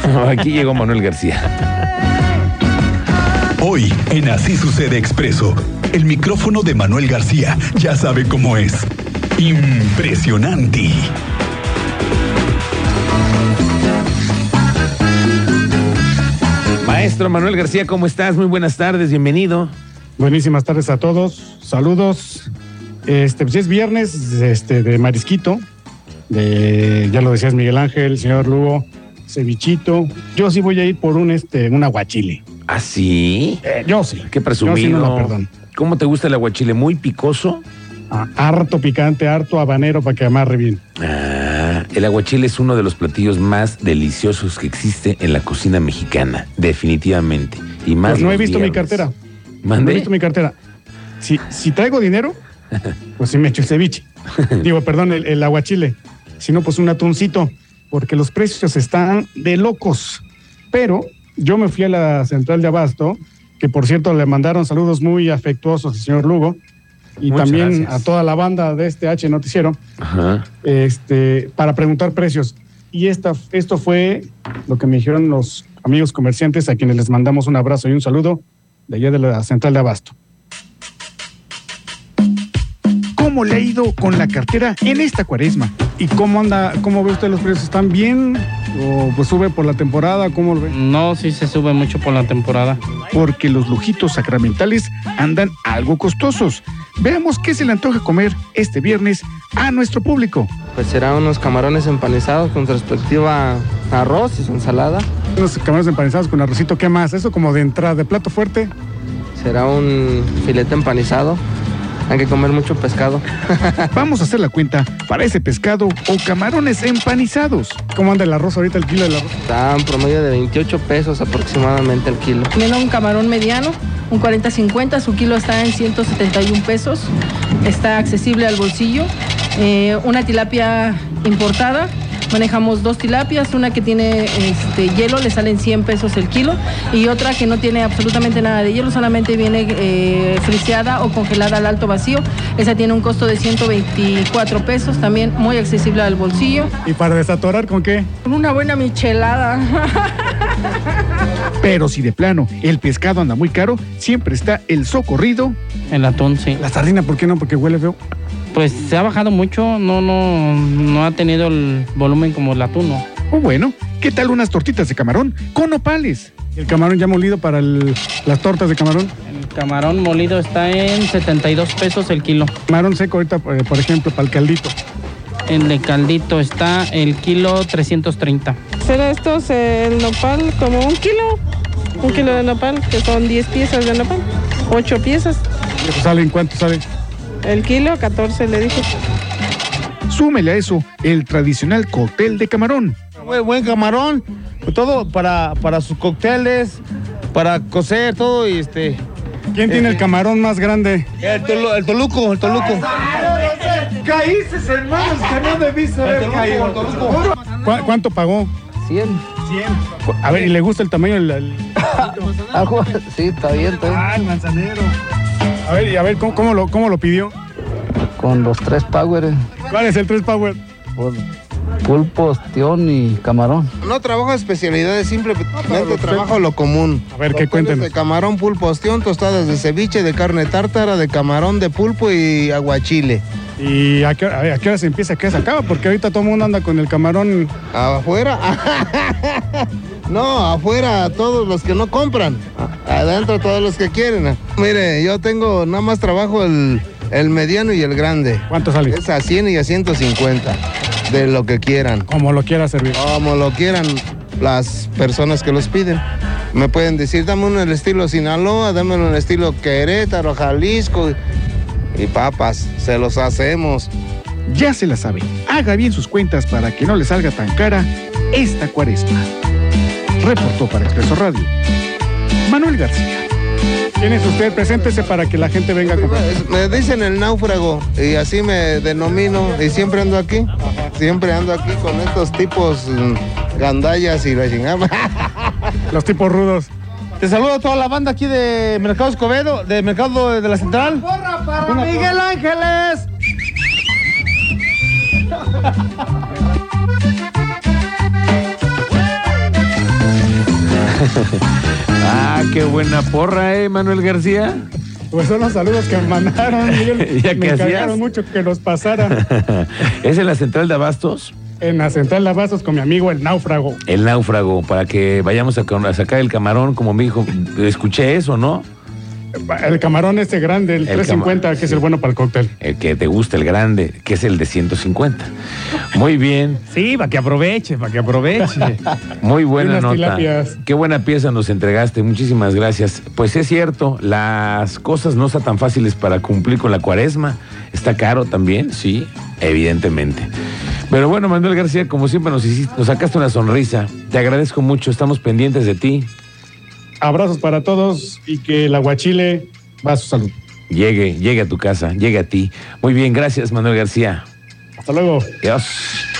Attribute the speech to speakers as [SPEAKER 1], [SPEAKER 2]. [SPEAKER 1] Aquí llegó Manuel García.
[SPEAKER 2] Hoy, en Así Sucede Expreso, el micrófono de Manuel García ya sabe cómo es. Impresionante.
[SPEAKER 1] Maestro Manuel García, ¿cómo estás? Muy buenas tardes, bienvenido.
[SPEAKER 3] Buenísimas tardes a todos. Saludos. Este, pues es viernes este, de marisquito. De, ya lo decías Miguel Ángel, señor Lugo, cevichito. Yo sí voy a ir por un este un aguachile.
[SPEAKER 1] ¿Ah, sí?
[SPEAKER 3] Eh, yo sí.
[SPEAKER 1] Qué
[SPEAKER 3] Yo sí
[SPEAKER 1] presumido.
[SPEAKER 3] no lo perdono.
[SPEAKER 1] ¿Cómo te gusta el aguachile? ¿Muy picoso?
[SPEAKER 3] Ah, harto picante, harto habanero para que amarre bien.
[SPEAKER 1] Ah, el aguachile es uno de los platillos más deliciosos que existe en la cocina mexicana, definitivamente. Y más
[SPEAKER 3] Pues no he
[SPEAKER 1] los
[SPEAKER 3] visto mi
[SPEAKER 1] viernes.
[SPEAKER 3] cartera.
[SPEAKER 1] ¿Mande?
[SPEAKER 3] No he visto mi cartera. Si, si traigo dinero, pues sí me echo el ceviche. Digo, perdón, el, el aguachile. Si no, pues un atuncito, porque los precios están de locos. Pero yo me fui a la central de Abasto, que por cierto le mandaron saludos muy afectuosos al señor Lugo y
[SPEAKER 1] Muchas
[SPEAKER 3] también
[SPEAKER 1] gracias.
[SPEAKER 3] a toda la banda de este H Noticiero
[SPEAKER 1] Ajá.
[SPEAKER 3] este, para preguntar precios. Y esta, esto fue lo que me dijeron los amigos comerciantes a quienes les mandamos un abrazo y un saludo de allá de la central de Abasto. ¿Cómo le ha ido con la cartera en esta cuaresma? ¿Y cómo anda, cómo ve usted los precios? ¿Están bien? ¿O pues sube por la temporada? ¿Cómo lo ve?
[SPEAKER 4] No, sí se sube mucho por la temporada.
[SPEAKER 5] porque los lujitos sacramentales andan algo costosos. Veamos qué se le antoja comer este viernes a nuestro público.
[SPEAKER 6] Pues será unos camarones empanizados con respectiva arroz y su ensalada.
[SPEAKER 3] Unos camarones empanizados con arrocito, ¿qué más? Eso como de entrada, de plato fuerte.
[SPEAKER 6] Será un filete empanizado. Hay que comer mucho pescado.
[SPEAKER 5] Vamos a hacer la cuenta para ese pescado o camarones empanizados.
[SPEAKER 3] ¿Cómo anda el arroz ahorita, el kilo del arroz?
[SPEAKER 6] Está en promedio de 28 pesos aproximadamente el kilo.
[SPEAKER 7] Menos un camarón mediano, un 40-50, su kilo está en 171 pesos, está accesible al bolsillo. Eh, una tilapia importada, manejamos dos tilapias, una que tiene este, hielo, le salen 100 pesos el kilo, y otra que no tiene absolutamente nada de hielo, solamente viene eh, friseada o congelada al alto vacío. Esa tiene un costo de 124 pesos, también muy accesible al bolsillo.
[SPEAKER 3] ¿Y para desatorar con qué?
[SPEAKER 7] Una buena michelada.
[SPEAKER 5] Pero si de plano el pescado anda muy caro, siempre está el socorrido.
[SPEAKER 4] El atún, sí.
[SPEAKER 3] La sardina, ¿por qué no? Porque huele feo.
[SPEAKER 4] Pues se ha bajado mucho, no, no, no ha tenido el volumen como el atún, ¿no?
[SPEAKER 5] O bueno, ¿qué tal unas tortitas de camarón con opales?
[SPEAKER 3] El camarón ya molido para el- las tortas de camarón.
[SPEAKER 4] El camarón molido está en 72 pesos el kilo.
[SPEAKER 3] Camarón seco ahorita, eh, por ejemplo, para el caldito.
[SPEAKER 4] El de caldito está el kilo 330.
[SPEAKER 8] Será estos eh, el nopal como un kilo, un kilo de nopal, que son 10 piezas de nopal, 8 piezas.
[SPEAKER 3] Eso ¿Sale en cuánto sale?
[SPEAKER 8] El kilo 14 le dije.
[SPEAKER 5] Súmele a eso el tradicional cóctel de camarón.
[SPEAKER 9] Buen, buen camarón, todo para, para sus cócteles, para cocer, todo y este.
[SPEAKER 3] ¿Quién tiene el camarón más grande?
[SPEAKER 9] El, tolu- el Toluco, el Toluco.
[SPEAKER 3] ¿Cuá- ¿Cuánto pagó?
[SPEAKER 6] 100.
[SPEAKER 3] Cu- A ver, ¿y le gusta el tamaño? del...
[SPEAKER 6] Agua. Sí, está bien, está bien.
[SPEAKER 3] el manzanero. A ver, y a ver, ¿cómo, cómo lo, cómo lo pidió?
[SPEAKER 6] Con los tres eh, powers,
[SPEAKER 3] ¿Cuál es el 3 Power?
[SPEAKER 6] pulpo, ostión y camarón.
[SPEAKER 9] No trabajo especialidades, simplemente trabajo lo común.
[SPEAKER 3] A ver, ¿qué
[SPEAKER 9] Cócteles
[SPEAKER 3] cuentan?
[SPEAKER 9] De camarón, pulpo, ostión, tostadas de ceviche, de carne tártara, de camarón, de pulpo y aguachile.
[SPEAKER 3] ¿Y a qué, hora- a ver, ¿a qué hora se empieza? ¿A qué hora se acaba? Porque ahorita todo el mundo anda con el camarón.
[SPEAKER 9] ¿Afuera? No, afuera todos los que no compran. Adentro todos los que quieren. Mire, yo tengo nada más trabajo el, el mediano y el grande.
[SPEAKER 3] ¿Cuánto sale?
[SPEAKER 9] Es a 100 y a 150. De lo que quieran.
[SPEAKER 3] Como lo quiera servir.
[SPEAKER 9] Como lo quieran las personas que los piden. Me pueden decir, dame uno en el estilo Sinaloa, dame uno en el estilo Querétaro, Jalisco. Y papas, se los hacemos.
[SPEAKER 5] Ya se la sabe. Haga bien sus cuentas para que no le salga tan cara esta cuaresma. Reportó para Expreso Radio. Manuel García.
[SPEAKER 3] ¿Quién es usted? Preséntese para que la gente venga a comprar.
[SPEAKER 9] Me dicen el náufrago y así me denomino y siempre ando aquí. Siempre ando aquí con estos tipos mm, gandallas y la chingada.
[SPEAKER 3] Los tipos rudos.
[SPEAKER 9] Te saludo a toda la banda aquí de Mercado Escobedo, de Mercado de, la Central. Miguel Ángeles!
[SPEAKER 1] Ah, qué buena porra, eh, Manuel García.
[SPEAKER 10] Pues son los saludos que me mandaron, Miguel.
[SPEAKER 1] ¿Ya
[SPEAKER 10] me
[SPEAKER 1] qué hacías?
[SPEAKER 10] encargaron mucho que los pasara
[SPEAKER 1] es en la central de Abastos,
[SPEAKER 10] en la central Lavazos con mi amigo el náufrago.
[SPEAKER 1] el náufrago, para que vayamos a, con- a sacar el camarón, como me dijo. Escuché eso, ¿no?
[SPEAKER 10] El camarón ese grande, el,
[SPEAKER 1] El
[SPEAKER 10] 350,
[SPEAKER 1] cama-
[SPEAKER 10] que es el bueno para el cóctel.
[SPEAKER 1] El que te gusta, el grande, que es el de 150. Muy bien,
[SPEAKER 11] Sí, para que aproveche, para que aproveche.
[SPEAKER 1] muy buena
[SPEAKER 10] unas
[SPEAKER 1] nota.
[SPEAKER 10] tilapias.
[SPEAKER 1] Qué buena pieza nos entregaste, muchísimas gracias. Pues es cierto, las cosas no están tan fáciles para cumplir con la cuaresma. Está caro también, sí, evidentemente. Pero bueno, Manuel García, como siempre nos, hiciste- nos sacaste una sonrisa. Te agradezco mucho, estamos pendientes de ti.
[SPEAKER 10] Abrazos para todos y que el aguachile va a su salud.
[SPEAKER 1] Llegue, llegue a tu casa, llegue a ti. Muy bien, gracias Manuel García.
[SPEAKER 10] Hasta luego.
[SPEAKER 1] Adiós.